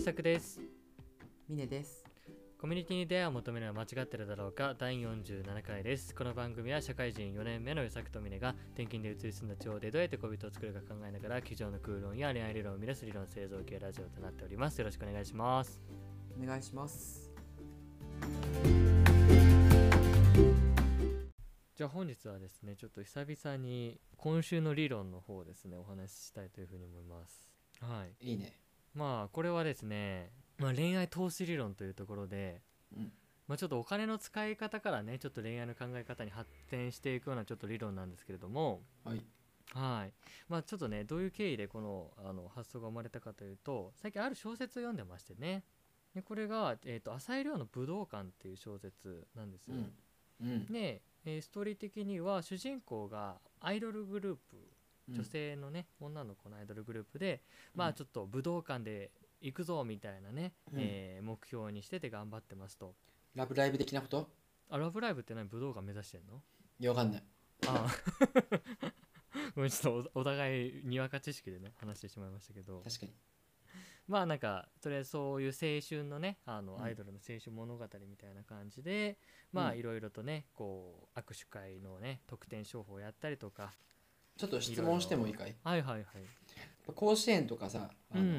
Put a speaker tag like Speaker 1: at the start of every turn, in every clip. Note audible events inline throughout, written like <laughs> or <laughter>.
Speaker 1: 作です
Speaker 2: ミネです。
Speaker 1: コミュニティに出会いを求めるのは間違ってるだろうか第47回ですこの番組は社会人4年目の与作と峰が転勤で移り住んだ地方でどうやって恋人を作るか考えながら机上の空論や恋愛理論を生み出す理論製造系ラジオとなっておりますよろしくお願いします
Speaker 2: お願いします。
Speaker 1: じゃあ本日はですねちょっと久々に今週の理論の方をですねお話ししたいというふうに思いますはい
Speaker 2: いいね。
Speaker 1: まあこれはですね、まあ、恋愛投資理論というところで、
Speaker 2: うん
Speaker 1: まあ、ちょっとお金の使い方からねちょっと恋愛の考え方に発展していくようなちょっと理論なんですけれども
Speaker 2: はい。
Speaker 1: はい、まあ、ちょっとねどういう経緯でこのあの発想が生まれたかというと最近ある小説を読んでましてねでこれが、えーと「浅井亮の武道館」っていう小説なんです
Speaker 2: う
Speaker 1: よ。
Speaker 2: ん。うん。
Speaker 1: で、えーストーリー的には主人公がアイドルグループ女性のね、女の子のアイドルグループで、ま
Speaker 2: う
Speaker 1: あ
Speaker 2: ん
Speaker 1: ちょっと武道館で行くぞみたいなね、
Speaker 2: うん
Speaker 1: えー目標にしてて頑張ってますと
Speaker 2: ラブライブ的なこと
Speaker 1: 「あラブライブ!」って何武道館目指してんの <laughs>
Speaker 2: いやわかんない。
Speaker 1: ああ <laughs> ごめんちょっとおお互いにわか知識でね話してしまいましたけど
Speaker 2: 確かに。
Speaker 1: まあなんかとりあえずそういう青春のねあ
Speaker 2: うん
Speaker 1: のアイドルの青春物語みたいな感じで、まあ
Speaker 2: うん
Speaker 1: いろいろとねこう握手会のね特典商法をやったりとか
Speaker 2: ちょっと質問してもいいかい
Speaker 1: はいはいはい
Speaker 2: 甲子園とかさ、
Speaker 1: う
Speaker 2: あの
Speaker 1: ん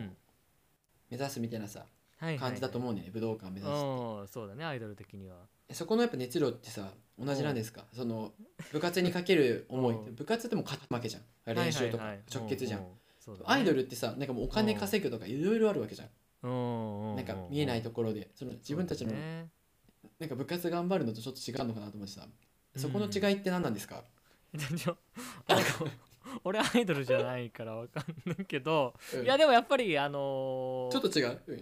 Speaker 2: 目指すみたいなさ、
Speaker 1: はいはい
Speaker 2: 感じだと思うね。武道館目指す。
Speaker 1: うんそうだねアイドル的には
Speaker 2: えそこのやっぱ熱量ってさ、同じなんですかその、部活にかける思いって。
Speaker 1: うん
Speaker 2: 部活でも勝ち負けじゃん。練習と
Speaker 1: はい
Speaker 2: か
Speaker 1: はいはい
Speaker 2: 直結じゃ。
Speaker 1: うんうそうだね
Speaker 2: アイドルってさ、なんかもうお金稼ぐとかいろいろあるわけじゃん。
Speaker 1: うんうう
Speaker 2: なんか見えないところで、その自分たちの
Speaker 1: そうだね
Speaker 2: なんか部活頑張るのとちょっと違うのかなと思ってさ、そこの違いって何なんですか、
Speaker 1: ちょあの俺アイドルじゃないからわかんないけど
Speaker 2: うん
Speaker 1: いやでもやっぱりあのー
Speaker 2: ちょっと違う、うん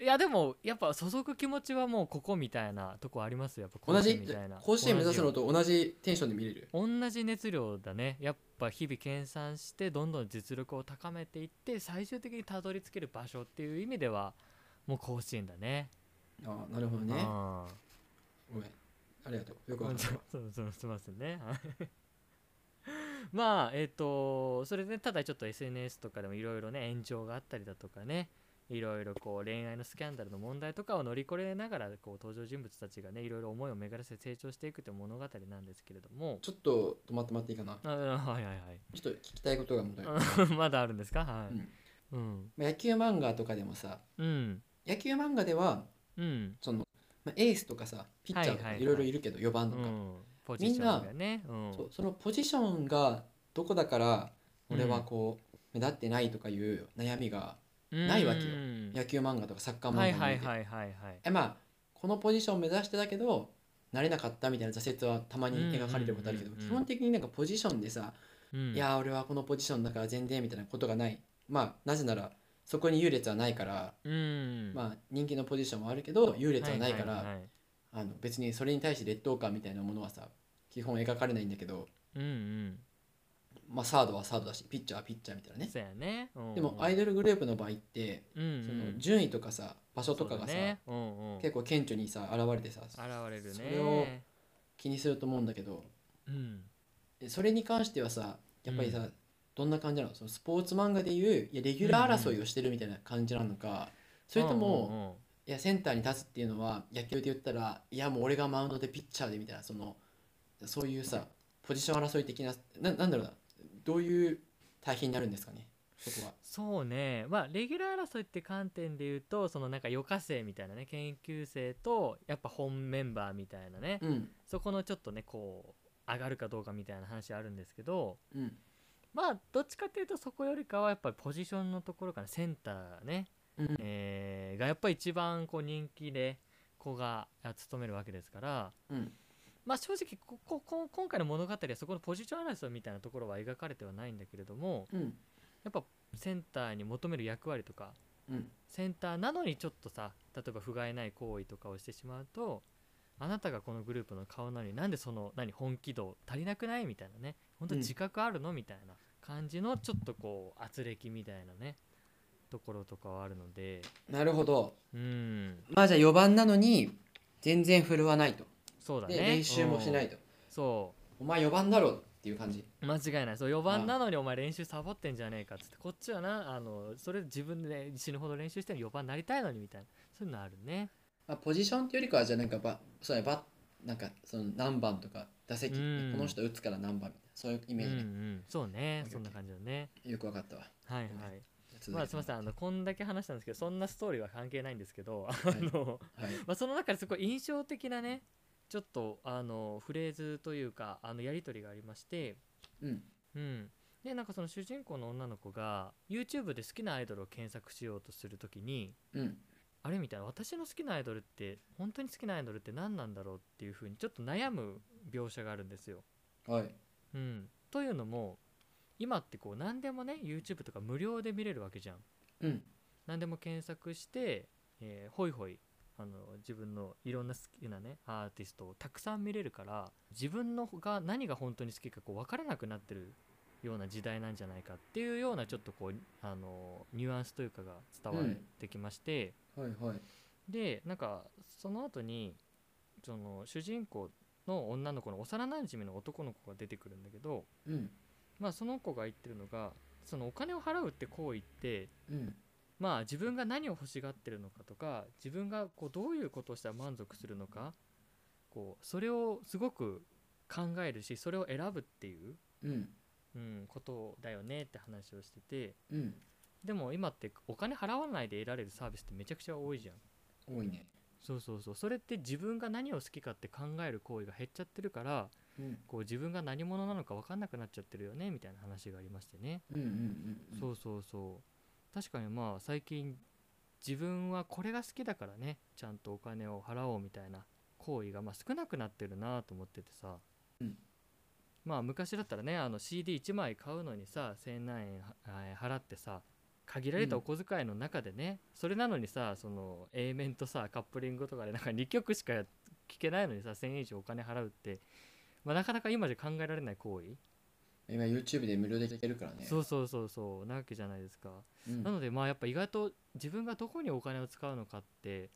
Speaker 1: いやでもやっぱ注ぐ気持ちはもうここみたいなとこありますよやっぱ甲
Speaker 2: 同
Speaker 1: 子園
Speaker 2: じ
Speaker 1: みたいな
Speaker 2: 甲子園目指すの
Speaker 1: と
Speaker 2: と同じテンションで見れる
Speaker 1: 同じ熱量だねやっぱ日々研鑽してどんどん実力を高めていって最終的にたどり着ける場所っていう意味ではもう甲子園だね
Speaker 2: ああなるほどね
Speaker 1: うん
Speaker 2: ごめんありがとうよく
Speaker 1: う
Speaker 2: わか
Speaker 1: ん
Speaker 2: った
Speaker 1: <laughs> そうそうそうすみませんね。はい <laughs> まあえっ、とそれで、ただちょっと SNS とかでもいろいろね炎上があったりだとかねいろいろこう恋愛のスキャンダルの問題とかを乗り越えながらこう登場人物たちがねいろいろ思いを巡らせ成長していくという物語なんですけれども
Speaker 2: ちょっと止まって待っていいかな
Speaker 1: あはいはいはい
Speaker 2: ちょっと聞きたいことがもとよ、
Speaker 1: うん <laughs> まだあるんですかは
Speaker 2: う
Speaker 1: い
Speaker 2: ん
Speaker 1: うん
Speaker 2: まあ、野球漫画とかでもさ
Speaker 1: うん
Speaker 2: 野球漫画では
Speaker 1: うん
Speaker 2: その、まあ、エースとかさピッチャーと
Speaker 1: はいは
Speaker 2: か
Speaker 1: い
Speaker 2: いろいろいるけど、4
Speaker 1: う
Speaker 2: 番とか、
Speaker 1: んポジションがねうん
Speaker 2: そうそのポジションがどこだから俺はこう、目立ってないとかいう悩みがないわけよ
Speaker 1: うん
Speaker 2: 野球漫画とかサッカー漫画
Speaker 1: は
Speaker 2: に
Speaker 1: い
Speaker 2: おいて
Speaker 1: はいはいはいはい
Speaker 2: えまあこのポジションを目指してたけどなれなかったみたいな挫折はたまに描かれてることあるけど
Speaker 1: うんうんうん
Speaker 2: 基
Speaker 1: うん
Speaker 2: 本的になんかポジションでさ「
Speaker 1: うん
Speaker 2: いやー俺はこのポジションだから全然」みたいなことがないまあなぜならそこに優劣はないから、
Speaker 1: うん
Speaker 2: まあ人気のポジションはあるけど優劣はないから、
Speaker 1: はははい
Speaker 2: あの別にそれに対して劣等感みたいなものはさ基本描かれないんだけど、
Speaker 1: うんうん
Speaker 2: まあ、サードはサードだしピッチャーはピッチャーみたいなね
Speaker 1: そうやね。うんうん
Speaker 2: でもアイドルグループの場合って
Speaker 1: うんう
Speaker 2: そ
Speaker 1: ん
Speaker 2: の順位とかさ場所とかが
Speaker 1: そ
Speaker 2: さ、
Speaker 1: うだねうんうん
Speaker 2: 結構顕著にさ現れてさ
Speaker 1: 現れるね。
Speaker 2: それを気にすると思うんだけど
Speaker 1: うん
Speaker 2: えそれに関してはさやっぱりさ、
Speaker 1: う
Speaker 2: どんな感じなのそのスポーツ漫画でいういやレギュラー争いをしてるみたいな感じなのか、それとも、
Speaker 1: うんうんうん
Speaker 2: いやセンターに立つっていうのは野球で言ったらいやもう俺がマウンドでピッチャーでみたいなそのそういうさポジション争い的なななんだろうなどういう対比になるんですかねそこは。
Speaker 1: そうねまあレギュラー争いって観点で言うとそのなんか余暇生みたいなね研究生とやっぱ本メンバーみたいなね、
Speaker 2: うん
Speaker 1: そこのちょっとねこう上がるかどうかみたいな話あるんですけど
Speaker 2: うん
Speaker 1: まあどっちかっていうとそこよりかはやっぱりポジションのところからセンターね、
Speaker 2: うん
Speaker 1: えーがやっぱり一番こう人気で子があ務めるわけですから、
Speaker 2: うん
Speaker 1: まあ、正直こここ今回の物語はそこのポジション争いみたいなところは描かれてはないんだけれども
Speaker 2: うん
Speaker 1: やっぱセンターに求める役割とか
Speaker 2: うん
Speaker 1: センターなのにちょっとさ例えば不甲斐ない行為とかをしてしまうとあなたがこのグループの顔なのになんでその何本気度足りなくないみたいなね本当
Speaker 2: うん
Speaker 1: 自覚あるの、みたいな感じのちょっとこう圧力みたいなねところとかはあるので
Speaker 2: なるほど
Speaker 1: うん
Speaker 2: まあじゃあ4番なのに全然振るわないと、
Speaker 1: そうだね
Speaker 2: で練習もしないいと
Speaker 1: そ
Speaker 2: お前4番だろっていう感じ
Speaker 1: 間違いないそう4番なのにお前練習サボってんじゃねえかっつってこっちはなあのそれ自分でね死ぬほど練習してる4番になりたいのにみたいなそういうのあるね
Speaker 2: まあ、ポジションっていうよりかはじゃあなんかばそうやばなんかその何番とか打席、
Speaker 1: うん
Speaker 2: この人打つから何番みたいなそういうイメージ
Speaker 1: う
Speaker 2: ね
Speaker 1: ん、うん、そうね
Speaker 2: OK
Speaker 1: そんな感じだね
Speaker 2: よくわかったわ
Speaker 1: はいはい
Speaker 2: ごめん続
Speaker 1: まあ
Speaker 2: け
Speaker 1: す
Speaker 2: て
Speaker 1: みませんあのこんだけ話したんですけどそんなストーリーは関係ないんですけどあ <laughs> の、
Speaker 2: はい
Speaker 1: まあ、その中ですごい印象的なねちょっとあのフレーズというかあのやり取りがありまして、
Speaker 2: うん
Speaker 1: うん、でなんかその主人公の女の子が YouTube で好きなアイドルを検索しようとするときに
Speaker 2: うん
Speaker 1: あれみたいな私の好きなアイドルって本当に好きなアイドルって何なんだろうっていうふうにちょっと悩む描写があるんですよ。
Speaker 2: はい
Speaker 1: うん、というのも今ってこう何でもね YouTube とか無料で見れるわけじゃん。
Speaker 2: うん
Speaker 1: 何でも検索して、えーホイホイあの自分のいろんな好きなねアーティストをたくさん見れるから自分のが何が本当に好きかこう分からなくなってるような時代なんじゃないかっていうようなちょっとこうあのニュアンスというかが伝わってきまして。
Speaker 2: はいはい
Speaker 1: でなんかその後にその主人公の女の子の幼なじみの男の子が出てくるんだけど、
Speaker 2: うん
Speaker 1: まあ、その子が言ってるのがそのお金を払うって行為って、
Speaker 2: うん
Speaker 1: まあ、自分が何を欲しがってるのかとか自分がこうどういうことをしたら満足するのかこうそれをすごく考えるしそれを選ぶっていう、
Speaker 2: うん
Speaker 1: うん、ことだよねって話をしてて
Speaker 2: うん
Speaker 1: でも今ってお金払わないで得られるサービスってめちゃくちゃ多いじゃん。
Speaker 2: 多いね
Speaker 1: そうそうそうそれって自分が何を好きかって考える行為が減っちゃってるから
Speaker 2: うん
Speaker 1: こう自分が何者なのか分かんなくなっちゃってるよねみたいな話がありましてね、
Speaker 2: うんうんうん
Speaker 1: そうそうそう確かにまあ最近自分はこれが好きだからねちゃんとお金を払おうみたいな行為がまあ少なくなってるなと思っててさ、
Speaker 2: うん
Speaker 1: まあ昔だったらねあの CD1 枚買うのにさ1,000何円はえー払ってさ限られた
Speaker 2: うん
Speaker 1: お小遣いの中でね、それなのにさその A 面とさカップリングとかでなんか2曲しか聴けないのにさ1,000円以上お金払うって、まあ、なかなか今じゃ考えられない行為、
Speaker 2: 今 YouTube で無料で聴けるからね
Speaker 1: そうそうそうそうなわけじゃないですか。
Speaker 2: うん
Speaker 1: なのでまあやっぱ意外と自分がどこにお金を使うのかって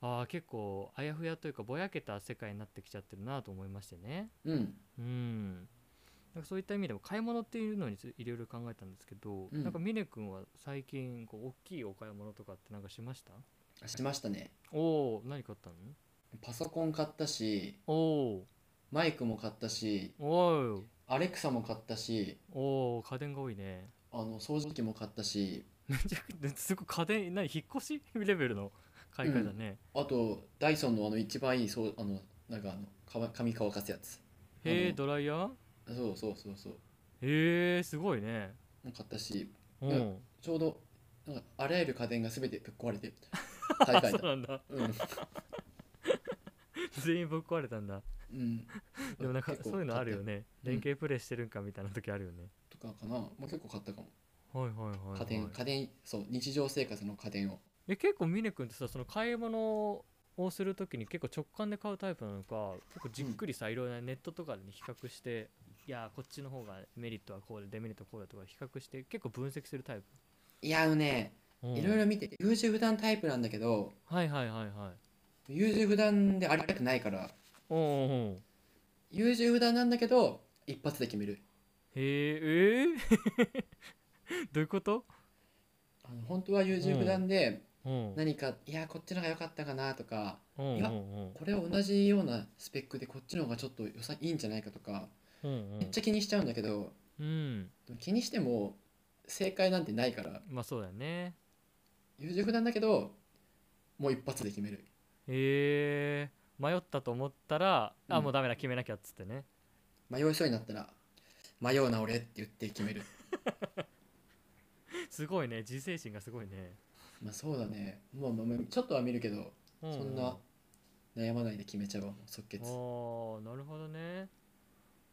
Speaker 1: あー結構あやふやというかぼやけた世界になってきちゃってるなと思いましてね
Speaker 2: うん
Speaker 1: うんなんかそういった意味でも買い物っていうのについろいろ考えたんですけど、
Speaker 2: うん
Speaker 1: なんか峰君は最近こう大きいお買い物とかってなんかしました
Speaker 2: あしましたね
Speaker 1: おお何買ったの
Speaker 2: パソコン買ったし
Speaker 1: お
Speaker 2: マイクも買ったし
Speaker 1: おお
Speaker 2: アレクサも買ったし
Speaker 1: ーおお家電が多いね <laughs>
Speaker 2: あの掃除機も買ったし
Speaker 1: めちゃくちゃすごい家電何引っ越しレベルの買い替えだね、
Speaker 2: あとダイソンのあの一番いいそうあのなんかあの乾髪乾かすやつうん
Speaker 1: へ
Speaker 2: あ
Speaker 1: え
Speaker 2: の
Speaker 1: ドライヤー
Speaker 2: そうそうそうそう
Speaker 1: へえすごいね
Speaker 2: もう買ったし
Speaker 1: うん、
Speaker 2: うんちょうどなんかあらゆる家電が全てぶっ壊
Speaker 1: <laughs>
Speaker 2: れてる買い
Speaker 1: あ
Speaker 2: 替え
Speaker 1: そう
Speaker 2: た
Speaker 1: なんだ
Speaker 2: うん、
Speaker 1: 全員ぶっ壊れたんだ
Speaker 2: うん、
Speaker 1: <laughs> でもなんか
Speaker 2: 結構
Speaker 1: そういうのあるよね
Speaker 2: うん
Speaker 1: 連携プレイしてるんかみたいな時あるよね、
Speaker 2: 買ったとかかなもう結構買ったかも
Speaker 1: はいはいはい、はい、
Speaker 2: 家電家電そう日常生活の家電を
Speaker 1: え結構峰君ってさその買い物をする時に結構直感で買うタイプなのか結構じっくりさ、いろいろなネットとかで比較していやーこっちの方がメリットはこうでデメリットはこうだとか比較して結構分析するタイプ
Speaker 2: いやあのねいろい
Speaker 1: ろ
Speaker 2: ろ見てて優柔不断タイプなんだけど
Speaker 1: はいはいはいはい
Speaker 2: 優柔不断でありたくないから
Speaker 1: おうおうおう
Speaker 2: 優柔不断なんだけど一発で決める
Speaker 1: へええー、 <laughs> どういうこと
Speaker 2: あの本当は優柔不断で
Speaker 1: うん
Speaker 2: 何か、いやこっちのが良かったかなとか
Speaker 1: うんうんうん
Speaker 2: これは同じようなスペックでこっちの方がちょっと良さいいんじゃないかとか
Speaker 1: うん
Speaker 2: めっちゃ気にしちゃうんだけど
Speaker 1: うんうん
Speaker 2: でも気にしても正解なんてないから
Speaker 1: まあそうだよね
Speaker 2: 優柔不断だけどもう一発で決める
Speaker 1: へえ迷ったと思ったら、
Speaker 2: う
Speaker 1: あ
Speaker 2: ん
Speaker 1: もうダメだ決めなきゃっつってね
Speaker 2: 迷いそうになったら「迷うな俺」って言って決める
Speaker 1: すごいね自制心がすごいね、
Speaker 2: まあそうだねもう、まあまあ、ちょっとは見るけど
Speaker 1: う
Speaker 2: そんな悩まないで決めちゃうわもう即決
Speaker 1: あーなるほどね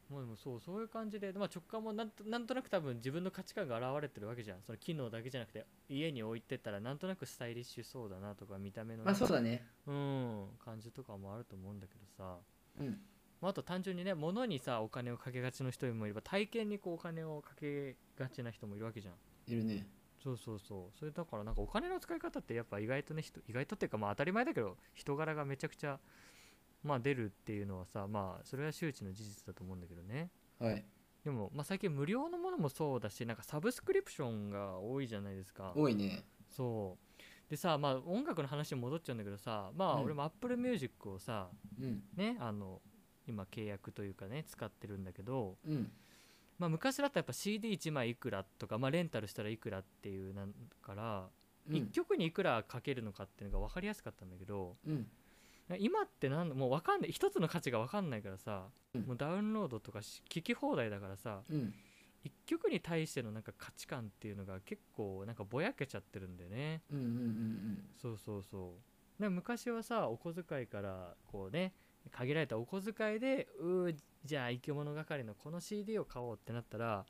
Speaker 1: まあでもそうそういう感じで、まあ、直感もなんとなんとなく多分自分の価値観が現れてるわけじゃんその機能だけじゃなくて家に置いてったらなんとなくスタイリッシュそうだなとか見た目のね、
Speaker 2: まあそうだね
Speaker 1: うん感じとかもあると思うんだけどさ、
Speaker 2: うん
Speaker 1: まあ、あと単純にね物にさお金をかけがちの人もいれば体験にこうお金をかけがちな人もいるわけじゃん
Speaker 2: いるね
Speaker 1: そうそうそうそれだからなんかお金の使い方ってやっぱ意外とね人意外とっていうかまあ当たり前だけど人柄がめちゃくちゃまあ出るっていうのはさまあそれは周知の事実だと思うんだけどね
Speaker 2: はい
Speaker 1: でも、まあ、最近無料のものもそうだしなんかサブスクリプションが多いじゃないですか
Speaker 2: 多いね
Speaker 1: そうでさまあ音楽の話に戻っちゃうんだけどさまあ
Speaker 2: うん
Speaker 1: 俺も Apple Music をさ、
Speaker 2: うん
Speaker 1: ねあの今契約というかね使ってるんだけど、
Speaker 2: うん
Speaker 1: まあ、昔だったらやっぱ CD1 枚いくらとか、まあ、レンタルしたらいくらっていうなんから、
Speaker 2: うん
Speaker 1: 1曲にいくらかけるのかっていうのが分かりやすかったんだけど
Speaker 2: うん
Speaker 1: 今ってなんもうわかんない一つの価値が分かんないからさ、
Speaker 2: うん
Speaker 1: もうダウンロードとかし聞き放題だからさ
Speaker 2: うん
Speaker 1: 1曲に対してのなんか価値観っていうのが結構なんかぼやけちゃってるんだよね。
Speaker 2: うんうんうん
Speaker 1: そうそうそうで昔はさお小遣いからこうね限られたお小遣いでうーじゃあ生き物係のこの CD を買おうってなったら、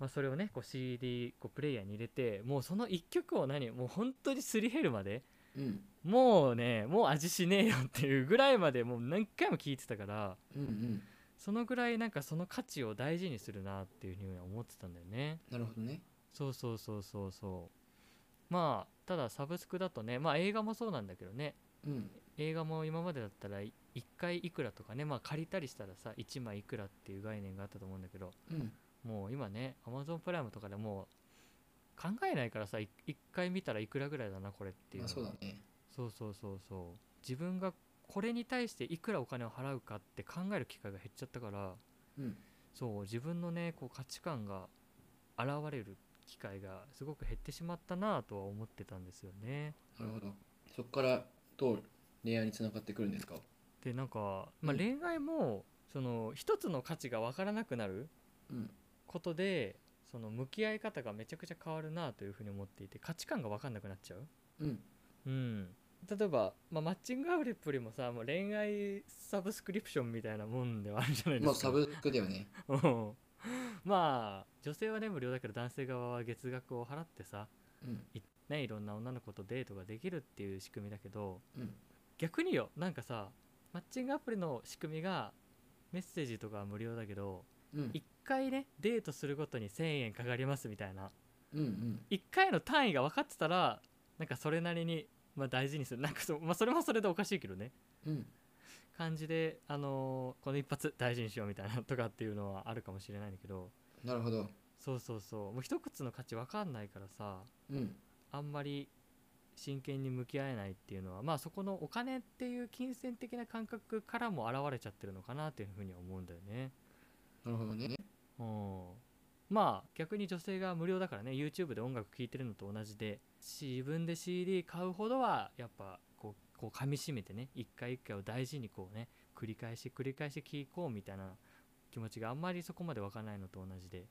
Speaker 1: まあ、それをねこう CD こうプレイヤーに入れてもうその1曲を何もう本当にすり減るまで
Speaker 2: うん
Speaker 1: もうねもう味しねえよっていうぐらいまでもう何回も聞いてたから
Speaker 2: うんうん
Speaker 1: そのぐらいなんかその価値を大事にするなっていうふうには思ってたんだよね。
Speaker 2: なるほどね
Speaker 1: そうそうそうそうそうまあただサブスクだとねまあ映画もそうなんだけどね
Speaker 2: うん
Speaker 1: 映画も今までだったら1回いくらとかねまあ借りたりしたらさ1枚いくらっていう概念があったと思うんだけど
Speaker 2: うん
Speaker 1: もう今ね Amazon プライムとかでもう考えないからさ1回見たらいくらぐらいだなこれっていう
Speaker 2: ま
Speaker 1: の
Speaker 2: あ
Speaker 1: が
Speaker 2: そうだね
Speaker 1: そうそうそうそう自分がこれに対していくらお金を払うかって考える機会が減っちゃったから
Speaker 2: うん
Speaker 1: そう自分のねこう価値観が現れる機会がすごく減ってしまったなぁとは思ってたんですよね。
Speaker 2: なるほどそこからどう恋愛につながってくるんですか
Speaker 1: でなんか、まあ、
Speaker 2: うん
Speaker 1: 恋愛も、その一つの価値が分からなくなる
Speaker 2: うん
Speaker 1: ことでその向き合い方がめちゃくちゃ変わるなぁというふうに思っていて価値観が分かんなくなっちゃう。
Speaker 2: うん
Speaker 1: うん例えば、まあ、マッチングアプリもさもう恋愛サブスクリプションみたいなもんではあるじゃないで
Speaker 2: まあ
Speaker 1: すか
Speaker 2: サ。ブスクだよね
Speaker 1: うんまあ女性はね無料だけど男性側は月額を払ってさ、
Speaker 2: うん
Speaker 1: いね、いろんな女の子とデートができるっていう仕組みだけど
Speaker 2: うん
Speaker 1: 逆によなんかさマッチングアプリの仕組みがメッセージとかは無料だけど
Speaker 2: うん
Speaker 1: 1回ねデートするごとに1,000円かかりますみたいな
Speaker 2: うんうん
Speaker 1: 1回の単位が分かってたらなんかそれなりに、まあ、大事にするなんかそう、まあ、それもそれでおかしいけどね
Speaker 2: うん
Speaker 1: 感じで、あのーこの一発大事にしようみたいなとかっていうのはあるかもしれないんだけど、
Speaker 2: なるほど
Speaker 1: そうそうそうもう一口の価値わかんないからさ
Speaker 2: うん
Speaker 1: あんまり真剣に向き合えないっていうのはまあそこのお金っていう金銭的な感覚からも現れちゃってるのかなっていうふうには思うんだよね。
Speaker 2: なるほどね
Speaker 1: うんまあ逆に女性が無料だからね YouTube で音楽聴いてるのと同じで自分で CD 買うほどはやっぱこうこう噛みしめてね一回一回を大事にこうね繰り返し繰り返し聴こうみたいな気持ちがあんまりそこまでわかんないのと同じで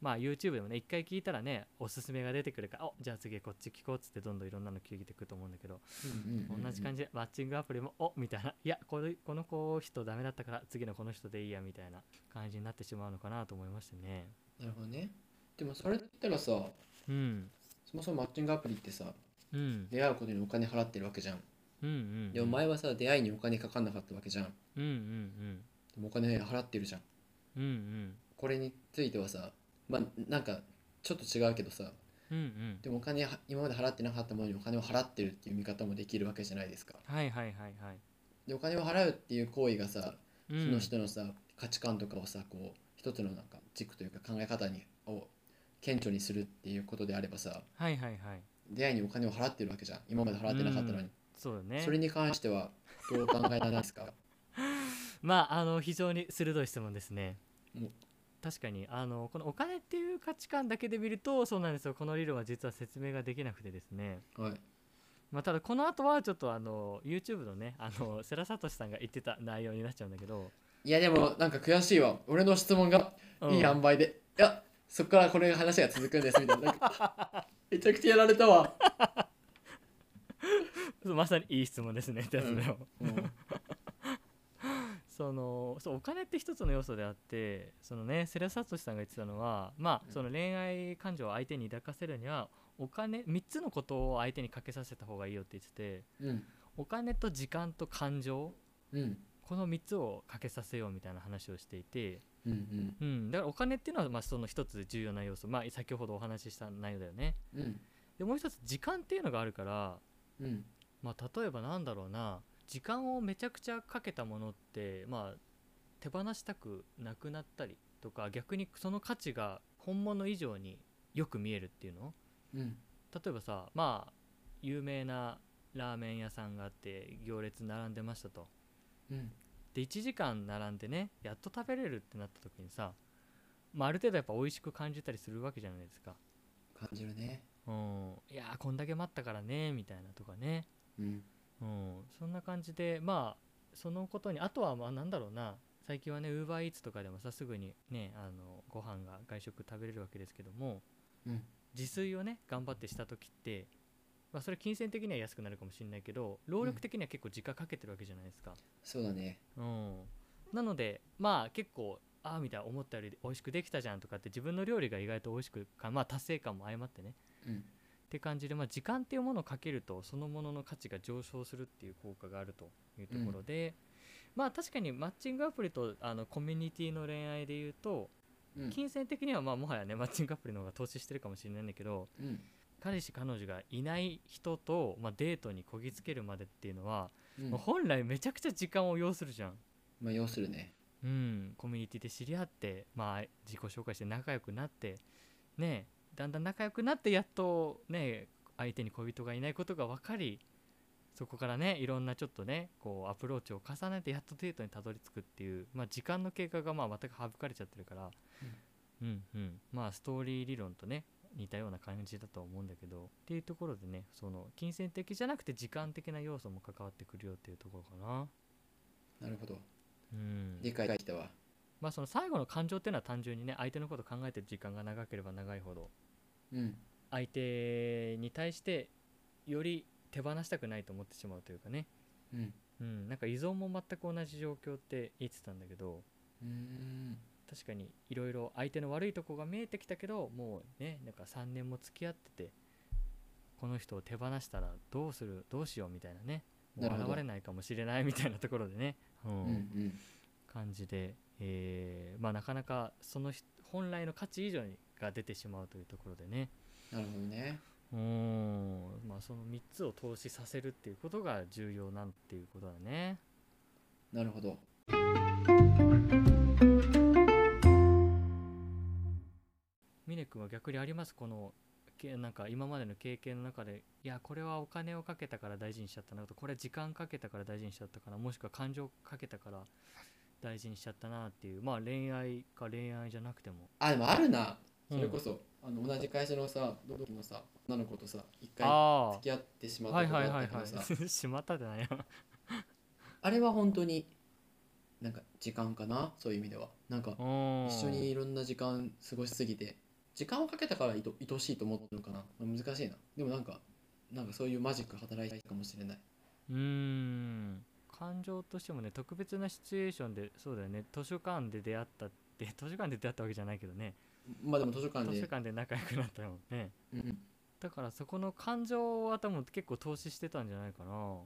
Speaker 1: まあ YouTube でもね一回聴いたらねおすすめが出てくるからおじゃあ次こっち聴こうっつってどんどんいろんなの聴いてくと思うんだけど
Speaker 2: うんうんうん
Speaker 1: 同じ感じでマッチングアプリもおみたいないやこれこの子人ダメだったから次のこの人でいいやみたいな感じになってしまうのかなと思いましたね
Speaker 2: なるほどねでもそれだったらさ
Speaker 1: うん
Speaker 2: そもそもマッチングアプリってさ
Speaker 1: うん
Speaker 2: 出会うことにお金払ってるわけじゃん
Speaker 1: うんうん
Speaker 2: でも前はさ出会いにお金かかんなかったわけじゃんで
Speaker 1: うんうん
Speaker 2: もお金払ってるじゃん
Speaker 1: うんうん
Speaker 2: これについてはさまあなんかちょっと違うけどさ
Speaker 1: うんうん
Speaker 2: でもお金は今まで払ってなかったものにお金を払ってるっていう見方もできるわけじゃないですか
Speaker 1: はいはいはいはい
Speaker 2: でお金を払うっていう行為がさ
Speaker 1: そ
Speaker 2: その人のさ、価値観とかをさこう一つのなんか軸というか考え方にを顕著にするっていうことであればさ
Speaker 1: はいはいはい
Speaker 2: 出会いにお金を払ってるわけじゃん今まで払ってなかったのに、
Speaker 1: そうだね
Speaker 2: それに関してはどうお考えなんですか <laughs>
Speaker 1: まああの非常に鋭い質問ですね
Speaker 2: うん
Speaker 1: 確かにあのこのお金っていう価値観だけで見るとそうなんですよこの理論は実は説明ができなくてですね
Speaker 2: はい
Speaker 1: まあ、ただこの後はちょっとあの YouTube のねあの世良聡さんが言ってた内容になっちゃうんだけど、
Speaker 2: いやでもなんか悔しいわ俺の質問が
Speaker 1: うん
Speaker 2: いい塩梅で、いやそこからこれが話が続くんですみたいななんか <laughs> めちゃくちゃやられた
Speaker 1: <laughs>
Speaker 2: わ、
Speaker 1: そうまさにいい質問ですねってやつだよ、
Speaker 2: うん
Speaker 1: そのそうお金って一つの要素であってそのね世良聡さんが言ってたのはま
Speaker 2: う
Speaker 1: あ
Speaker 2: ん
Speaker 1: その恋愛感情を相手に抱かせるにはお金3つのことを相手にかけさせた方がいいよって言ってて
Speaker 2: うん
Speaker 1: お金と時間と感情
Speaker 2: うん
Speaker 1: この3つをかけさせようみたいな話をしていて、
Speaker 2: うんうん
Speaker 1: うん、だからお金っていうのはまあその一つ重要な要素まあ先ほどお話しした内容だよね
Speaker 2: うん
Speaker 1: でもう一つ時間っていうのがあるから、
Speaker 2: うん
Speaker 1: まあ、例えばなんだろうな時間をめちゃくちゃかけたものって、まあ、手放したくなくなったりとか逆にその価値が本物以上によく見えるっていうの
Speaker 2: うん
Speaker 1: 例えばさまあ有名なラーメン屋さんがあって行列並んでましたと
Speaker 2: うん
Speaker 1: で1時間並んでねやっと食べれるってなった時にさ、まあ、ある程度やっぱ美味しく感じたりするわけじゃないですか
Speaker 2: 感じるね
Speaker 1: うんいやーこんだけ待ったからねみたいなとかね
Speaker 2: うん
Speaker 1: うんそんな感じでまあそのことにあとはまあなんだろうな最近はねウーバーイーツとかでもさすぐにねあのご飯が外食食べれるわけですけども
Speaker 2: うん
Speaker 1: 自炊をね頑張ってした時って、まあ、それ金銭的には安くなるかもしれないけど労力的には結構時間かけてるわけじゃないですか、
Speaker 2: そうだね
Speaker 1: うん、なのでまあ結構ああみたいな思ったより美味しくできたじゃんとかって自分の料理が意外と美味しくかまあ達成感も相まってね
Speaker 2: うん
Speaker 1: って感じで、まあ、時間っていうものをかけるとそのものの価値が上昇するっていう効果があるというところで、まあ確かにマッチングアプリとあのコミュニティの恋愛で言うと
Speaker 2: うん
Speaker 1: 金銭的にはまあもはやねマッチングアプリの方が投資してるかもしれないんだけど
Speaker 2: うん
Speaker 1: 彼氏彼女がいない人と、まあ、デートにこぎつけるまでっていうのは、
Speaker 2: うん
Speaker 1: まあ本来めちゃくちゃ時間を要するじゃん。
Speaker 2: まあ要するね
Speaker 1: うん、コミュニティで知り合って、まあ、自己紹介して仲良くなって、ねえ、だんだん仲良くなってやっと、ねえ、相手に恋人がいないことが分かりそこからねいろんなちょっとねこうアプローチを重ねてやっとデートにたどり着くっていう、まあ、時間の経過がまあ全く省かれちゃってるから、うんうんまあストーリー理論とね似たような感じだとは思うんだけどっていうところでねその金銭的じゃなくて時間的な要素も関わってくるよっていうところかな。
Speaker 2: なるほど
Speaker 1: うん、
Speaker 2: 理解できたわ
Speaker 1: まあその最後の感情っていうのは単純にね相手のことを考えてる時間が長ければ長いほど
Speaker 2: うん
Speaker 1: 相手に対してより手放したくないと思ってしまうというかね、
Speaker 2: うん
Speaker 1: うん、なんか依存も全く同じ状況って言ってたんだけど
Speaker 2: うーん
Speaker 1: 確かにいろいろ相手の悪いとこが見えてきたけどもうねなんか3年も付き合っててこの人を手放したらどうするどうしようみたいなねも
Speaker 2: なるほ
Speaker 1: う
Speaker 2: ど
Speaker 1: 現れないかもしれないみたいなところでね、
Speaker 2: う
Speaker 1: うん
Speaker 2: んうん
Speaker 1: 感じで、えーまあ、なかなかその人本来の価値以上にが出てしまうというところでね
Speaker 2: なるほどね
Speaker 1: うーん、まあ、その3つを投資させるっていうことが重要なんていうことだね。
Speaker 2: なるほど
Speaker 1: 峰君は逆にありますこのけなんか今までの経験の中でいやこれはお金をかけたから大事にしちゃったなとこれは時間かけたから大事にしちゃったかなもしくは感情かけたから大事にしちゃったなっていうまあ恋愛か恋愛じゃなくても
Speaker 2: あでもあるな
Speaker 1: うん
Speaker 2: それこそ、あの同じ会社のさ同期のさ女の子とさ一回
Speaker 1: あ
Speaker 2: 付き合ってし
Speaker 1: あ
Speaker 2: まっ
Speaker 1: は
Speaker 2: た
Speaker 1: い
Speaker 2: こと
Speaker 1: はい
Speaker 2: があ
Speaker 1: は
Speaker 2: っ
Speaker 1: い
Speaker 2: たけどさ、
Speaker 1: はい <laughs> しまったじゃないよ
Speaker 2: あれは本当になんか時間かなそういう意味ではなんか
Speaker 1: 一
Speaker 2: 一緒にいろんな時間過ごしすぎて時間をかけたからいと愛しいと思うのかな難しいなでもなんかなんかそういうマジック働いたかもしれないう
Speaker 1: ーん感情としてもね特別なシチュエーションでそうだよね図書館で出会ったって <laughs> 図書館で出会ったわけじゃないけどね
Speaker 2: まあでも図書館
Speaker 1: 図
Speaker 2: で
Speaker 1: 書館で仲良くなったもんね
Speaker 2: うんうん、
Speaker 1: だからそこの感情は多分結構投資してたんじゃないかな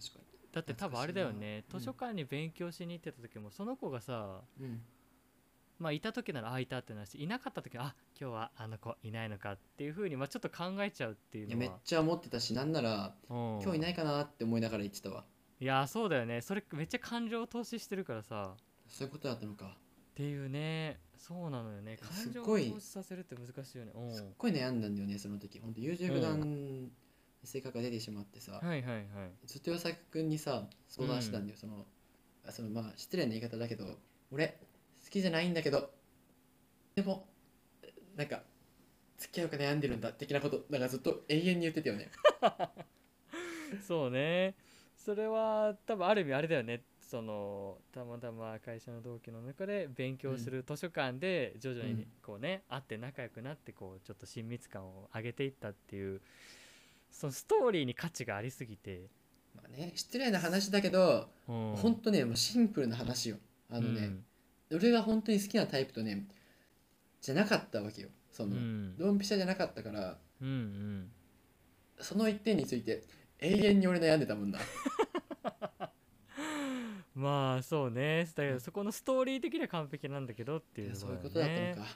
Speaker 2: 確か
Speaker 1: だって多分あれだよね
Speaker 2: 懐か
Speaker 1: 図
Speaker 2: しいな
Speaker 1: 書館に勉強しに行ってた時もその子がさ
Speaker 2: にうん
Speaker 1: まあいた時ならああいたってなるしいなかった時はあ今日はあの子いないのかっていうふうにまあちょっと考えちゃうっていう
Speaker 2: いや
Speaker 1: の
Speaker 2: めっ
Speaker 1: は
Speaker 2: ちゃ思ってたしなんなら
Speaker 1: 今
Speaker 2: 今日いないいかなって思いながら言ってたわ
Speaker 1: いやそうだよねそれめっちゃ感情投資してるからさ
Speaker 2: そういうことだったのか
Speaker 1: っていうねそうなのよね
Speaker 2: や
Speaker 1: 感情
Speaker 2: す
Speaker 1: を
Speaker 2: ごい
Speaker 1: 投資させるって難しいよねうん
Speaker 2: すっごい悩んだんだよねその時ほんと優柔不断に性格が出てしまって
Speaker 1: は
Speaker 2: さ、
Speaker 1: いはいはい
Speaker 2: ずっと与作君にさ相談してたんだよ、そのあそのまあ失礼な言い方だけど俺好きじゃないんだけどでもなんか付き合うか悩んでるんだ的なことなんかずっと永遠に言ってたよね
Speaker 1: そうねそれは多分ある意味あれだよねそのたまたま会社の同期の中で勉強する図書館で徐々
Speaker 2: う
Speaker 1: に
Speaker 2: ん
Speaker 1: こうね、会って仲良くなってこうちょっと親密感を上げていったっていうそのストーリーに価値がありすぎて、
Speaker 2: まあね失礼な話だけど、
Speaker 1: うん
Speaker 2: ほんとねもうシンプルな話よあのね、俺が本当に好きなタイプとねじゃなかったわけよそ
Speaker 1: うん
Speaker 2: の、
Speaker 1: うん
Speaker 2: ドンピシャじゃなかったから
Speaker 1: うんうん
Speaker 2: その一点について永遠に俺悩んでたもんな
Speaker 1: まあそうねだけどそこのストーリー的には完璧なんだけどっていうと
Speaker 2: そう
Speaker 1: ろ
Speaker 2: いう
Speaker 1: よ
Speaker 2: ことだった
Speaker 1: ね
Speaker 2: のか、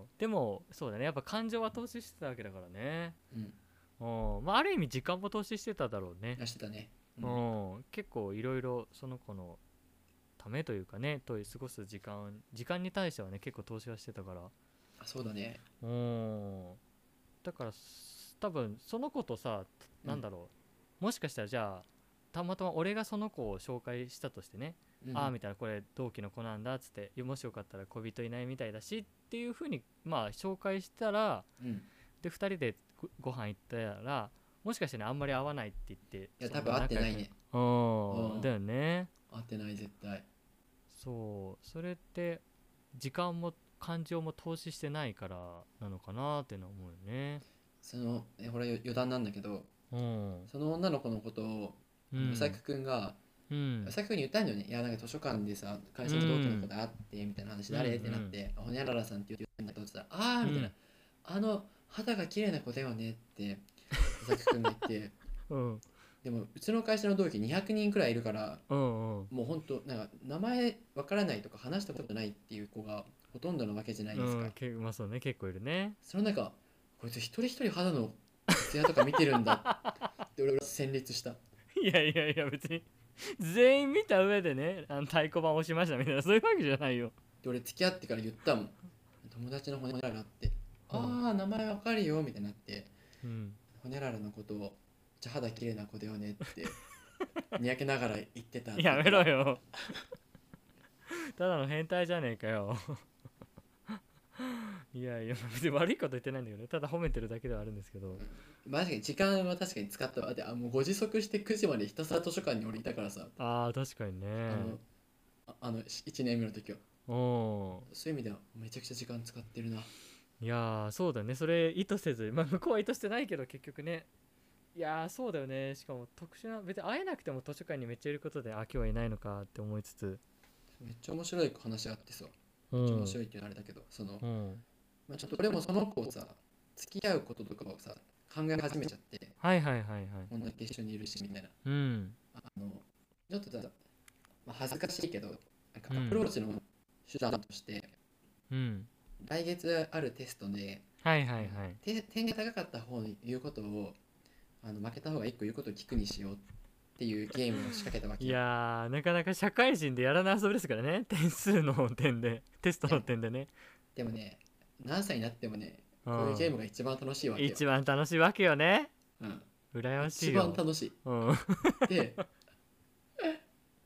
Speaker 1: うんでもそうだねやっぱ感情は投資してたわけだからね
Speaker 2: うん
Speaker 1: うんまあある意味時間も投資してただろうね
Speaker 2: あしてたね、
Speaker 1: うん結構いろいろその子のたためというかねと過ごす時間時間に対してはね結構投資はしてたから
Speaker 2: あそうだね
Speaker 1: うんだからす多分その子とさ
Speaker 2: うん
Speaker 1: なんだろう、もしかしたらじゃあたまたま俺がその子を紹介したとしてね、
Speaker 2: うん
Speaker 1: ああみたいなこれ同期の子なんだっつってもしよかったら恋人いないみたいだしっていうふうにまあ紹介したら
Speaker 2: うんい
Speaker 1: で2人でごご飯行ったらもしかしてねあんまり合わないって言って
Speaker 2: や
Speaker 1: そ
Speaker 2: 多
Speaker 1: の
Speaker 2: 分合ってない
Speaker 1: 仲良
Speaker 2: ね
Speaker 1: くうん、
Speaker 2: うん
Speaker 1: だよね
Speaker 2: 合ってない絶対
Speaker 1: そうそれって時間も感情も投資してないからなのかなっていうのは思うよね
Speaker 2: そのえこれ余談なんだけど
Speaker 1: うん
Speaker 2: その女の子のことを
Speaker 1: うん
Speaker 2: うさくくんが
Speaker 1: うん
Speaker 2: うさくくんに言ったんだよねいやなんか図書館でさ会社の同期の子と会ってみたいな話誰
Speaker 1: うん
Speaker 2: ってなってほにゃららさんって言うんだけどって言ったらああみたいなあの肌が綺麗な子だよねってうさくくんが言って <laughs>
Speaker 1: うん
Speaker 2: でもうちの会社の同期200人くらいいるから
Speaker 1: うんうん
Speaker 2: もうほんとなんか名前わからないとか話したことないっていう子がほとんどなわけじゃないですか、
Speaker 1: うんけまあそうね結構いるね <laughs>
Speaker 2: その中こいつ一人一人肌の艶とか見てるんだって俺は戦慄した
Speaker 1: いやいやいや別に全員見た上でねあの太鼓判押しましたみたいなそういうわけじゃないよ
Speaker 2: で俺付き合ってから言ったもん友達のほにゃららって「
Speaker 1: うん
Speaker 2: ああ名前わかるよ」みたいになって
Speaker 1: うん
Speaker 2: ほにゃららのことを「じゃあ肌綺麗な子だよね」ってにやけながら言ってた
Speaker 1: <laughs> やめろよただの変態じゃねえかよ <laughs> いやいや別に悪いこと言ってないんだけどねただ褒めてるだけではあるんですけど
Speaker 2: まあ確かに時間は確かに使ったわであもうご自足して9時までひたすら図書館に俺いたからさ、
Speaker 1: あー確かに
Speaker 2: あ
Speaker 1: ね
Speaker 2: のああの1年目の時は
Speaker 1: うん
Speaker 2: そういう意味ではめちゃくちゃ時間使ってるない
Speaker 1: やーそうだねそれ意図せずまあ向こうは意図してないけど結局ねいやーそうだよねしかも特殊な別に会えなくても図書館にめっちゃいることであ今日はいないのかって思いつつ
Speaker 2: めっちゃ面白い話があってさ
Speaker 1: う
Speaker 2: めっちゃ
Speaker 1: ん
Speaker 2: 面白いっていうのはあれだけどその、
Speaker 1: うん
Speaker 2: まあ、ちょっと俺もその子をさ付き合うこととかをさ考え始めちゃって
Speaker 1: はいはいはいはい
Speaker 2: こんだけ一緒にいるしみたいな
Speaker 1: うん
Speaker 2: あのちょっとさ、まあ、恥ずかしいけどなんか
Speaker 1: うん
Speaker 2: アプローチの手段として、
Speaker 1: うん
Speaker 2: 来月あるテストで
Speaker 1: はいはいはい
Speaker 2: て点が高かった方に言うことをあの負けた方が一個言うことを聞くにしようっていうゲームを仕掛けたわけ
Speaker 1: い
Speaker 2: よ
Speaker 1: やーなかなか社会人でやらない遊びですからね <laughs> 点数の点でテストの点でね
Speaker 2: でもね何歳になってもね
Speaker 1: う
Speaker 2: <laughs> こ
Speaker 1: ん
Speaker 2: ういうゲームが一番楽しいわけよ、
Speaker 1: 一番楽しいわけよね
Speaker 2: うん、
Speaker 1: 羨まし
Speaker 2: 一
Speaker 1: い
Speaker 2: 番
Speaker 1: よ
Speaker 2: 楽しい
Speaker 1: うん <laughs>
Speaker 2: で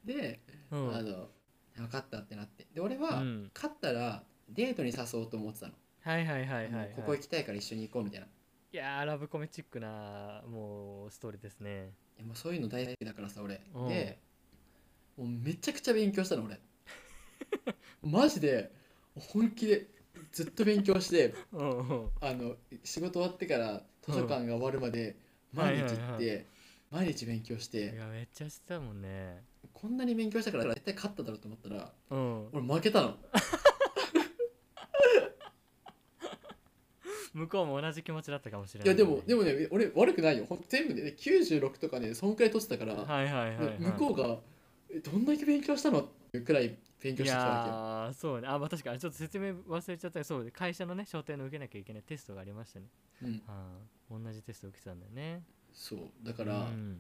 Speaker 2: で
Speaker 1: うん
Speaker 2: あの分かったってなってで俺
Speaker 1: う
Speaker 2: は
Speaker 1: ん
Speaker 2: 勝ったらデートに誘おうと思ってたの、
Speaker 1: はいはいはいはいは
Speaker 2: あの
Speaker 1: い
Speaker 2: ここ行きたいから一緒に行こうみたいない
Speaker 1: いやーラブコメチックなもうストーリーですね
Speaker 2: やもうそういうの大好きだからさ俺
Speaker 1: うん
Speaker 2: でもうめちゃくちゃ勉強し
Speaker 1: <laughs>
Speaker 2: たの俺マジで本気でずっと勉強して
Speaker 1: うんうん
Speaker 2: あの仕事終わってから図書館が終わるまで毎日
Speaker 1: はい
Speaker 2: 行っ
Speaker 1: はい
Speaker 2: て毎日勉強し
Speaker 1: い
Speaker 2: て
Speaker 1: やめっちゃしてたもんね
Speaker 2: こんなに勉強したから絶対勝っただろうと思ったら
Speaker 1: うん
Speaker 2: 俺負けたの
Speaker 1: 向こうも同じ気持ちだったかもしれ
Speaker 2: い
Speaker 1: ない
Speaker 2: やでもで
Speaker 1: も
Speaker 2: もね俺悪くないよほん全部で、ね、96とかねそんくらい取ってたから、
Speaker 1: はいはいはい、はい、
Speaker 2: 向こうがえどんだけ勉強したのっていうくらい勉強
Speaker 1: い
Speaker 2: してきたわけよ
Speaker 1: やーそうねあまあ確かにちょっと説明忘れちゃったけどそう会社のね商店の受けなきゃいけないテストがありましたね
Speaker 2: うん、
Speaker 1: あー同じテスト受けてたんだよね
Speaker 2: そうだから、
Speaker 1: うん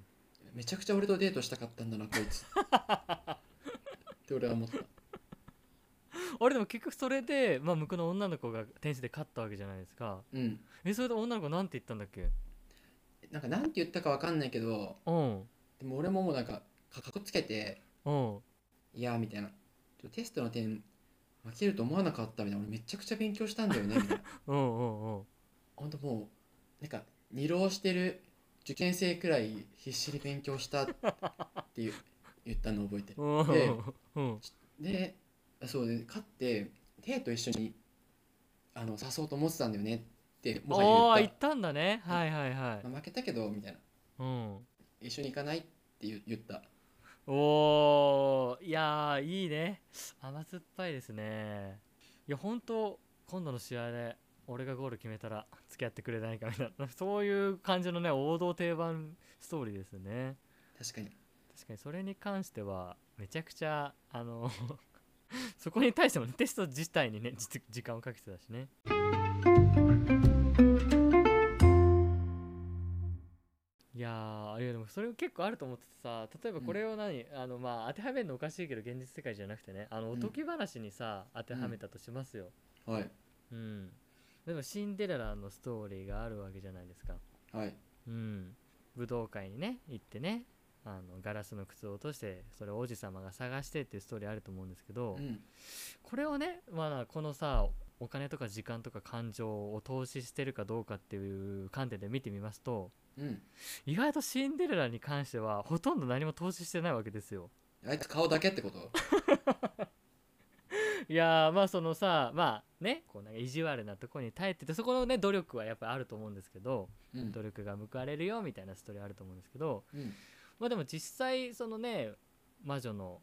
Speaker 2: めちゃくちゃ俺とデートしたかった
Speaker 1: <laughs>
Speaker 2: んだなこいつって俺は思った
Speaker 1: 俺でも結局それで、まあ、向こうの女の子が天使で勝ったわけじゃないですか
Speaker 2: うん
Speaker 1: えそれで女の子なんて言ったんだっけ
Speaker 2: なんかなんて言ったかわかんないけど
Speaker 1: うん
Speaker 2: でも俺ももうなんかかかこつけて
Speaker 1: うん
Speaker 2: 「いや」みたいな「テストの点負けると思わなかった」みたいな「俺めちゃくちゃ勉強したんだよね」みたいな
Speaker 1: うんうんうん
Speaker 2: ほんともうなんか二浪してる受験生くらい必死に勉強したっていう言ったの覚えてる <laughs>
Speaker 1: うん
Speaker 2: で
Speaker 1: うん
Speaker 2: でそうで勝ってテイと一緒にあの誘おうと思ってたんだよねっても
Speaker 1: お
Speaker 2: は
Speaker 1: ー
Speaker 2: 言
Speaker 1: 行
Speaker 2: っ
Speaker 1: ったんだねはいはいは
Speaker 2: た
Speaker 1: い
Speaker 2: まあ負けたけどみたいな
Speaker 1: うん
Speaker 2: 一緒に行かないって言言った
Speaker 1: おーいやーいいね甘酸っぱいですねいや本当今度の試合で俺がゴール決めたら付き合ってくれないかみたいなそういう感じのね王道定番ストーリーですね
Speaker 2: 確かに
Speaker 1: 確かにそれに関してはめちゃくちゃあの <laughs> そこに対しても、ね、テスト自体にねじ時間をかけてたしねいやーいやでもそれ結構あると思っててさ例えばこれを何、あのまあ当てはめるのおかしいけど現実世界じゃなくてねあのお
Speaker 2: うん
Speaker 1: とぎ話にさ、当てはめたとしますよ、
Speaker 2: はい
Speaker 1: うん、でもシンデレラのストーリーがあるわけじゃないですか、
Speaker 2: はい
Speaker 1: うん、武道会にね行ってねあのガラスの靴を落としてそれを王子様が探してっていうストーリーあると思うんですけど、
Speaker 2: うん
Speaker 1: これをね、まあ、このさお金とか時間とか感情を投資してるかどうかっていう観点で見てみますと
Speaker 2: うん
Speaker 1: 意外とシンデレラに関してはほとんど何も投資してないわけですよ。
Speaker 2: あいつ顔だけってこと
Speaker 1: いやーまあそのさまあねこうなんか意地悪なところに耐えててそこのね努力はやっぱあると思うんですけど
Speaker 2: うん
Speaker 1: 努力が報われるよみたいなストーリーあると思うんですけど
Speaker 2: うん
Speaker 1: まあでも実際そのね魔女の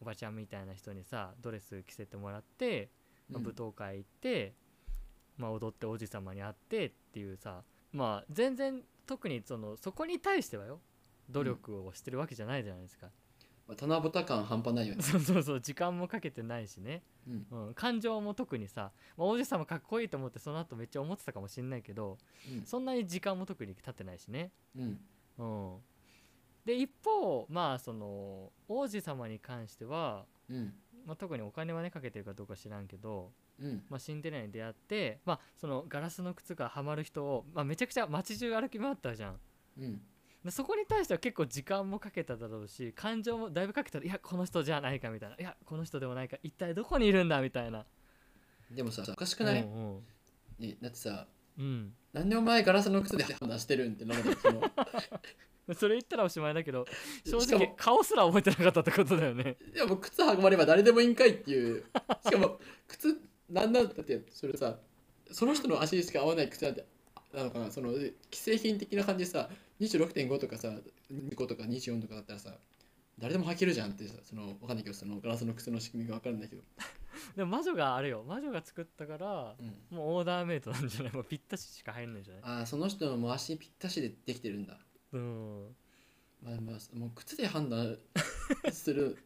Speaker 1: おばちゃんみたいな人にさドレス着せてもらって、まあ、舞踏会行って、まあ、踊って王子様に会ってっていうさまあ全然特にそのそこに対してはよ努力をしてるわけじゃないじゃないですか、
Speaker 2: まあ棚ぼた感半端ないよ
Speaker 1: <laughs>
Speaker 2: ね
Speaker 1: そうそうそう時間もかけてないしね、
Speaker 2: うん
Speaker 1: うん、感情も特にさ、まあ、王子様かっこいいと思ってその後めっちゃ思ってたかもしんないけどそんなに時間も特に経ってないしね
Speaker 2: うんうん
Speaker 1: うんで一方まあその王子様に関しては、
Speaker 2: うん
Speaker 1: まあ、特にお金はねかけてるかどうか知らんけど、
Speaker 2: うん
Speaker 1: まあ、シンデレラに出会って、まあ、そのガラスの靴がはまる人を、まあ、めちゃくちゃ街中歩き回ったじゃん
Speaker 2: うん
Speaker 1: でそこに対しては結構時間もかけただろうし感情もだいぶかけたいやこの人じゃないかみたいないやこの人でもないか一体どこにいるんだみたいな
Speaker 2: でもさおかしくない、
Speaker 1: うんうん
Speaker 2: ねだってさ
Speaker 1: うん
Speaker 2: 何でお前ガラスの靴で判断してるんってなるんだけど
Speaker 1: それ言ったらおしまいだけど正
Speaker 2: しか
Speaker 1: 直
Speaker 2: も
Speaker 1: 顔すら覚えてなかったってことだよね
Speaker 2: いやもう靴はまれば誰でもいいんかいっていうしかも靴なんなんだってそれさその人の足にしか合わない靴なんてなのかなその既製品的な感じでさ26.5とかさ25とか24とかだったらさ誰でも履けるじゃんってさそのわかんないけどそのガラスの靴の仕組みがわかるんだけど、
Speaker 1: でも魔女があれよ魔女が作ったから
Speaker 2: うん、
Speaker 1: もうオーダーメイトなんじゃないもう <laughs> ぴったししか入んないんじゃない
Speaker 2: ああその人のもう足ぴったしでできてるんだ
Speaker 1: うん
Speaker 2: まあまあもう靴で判断する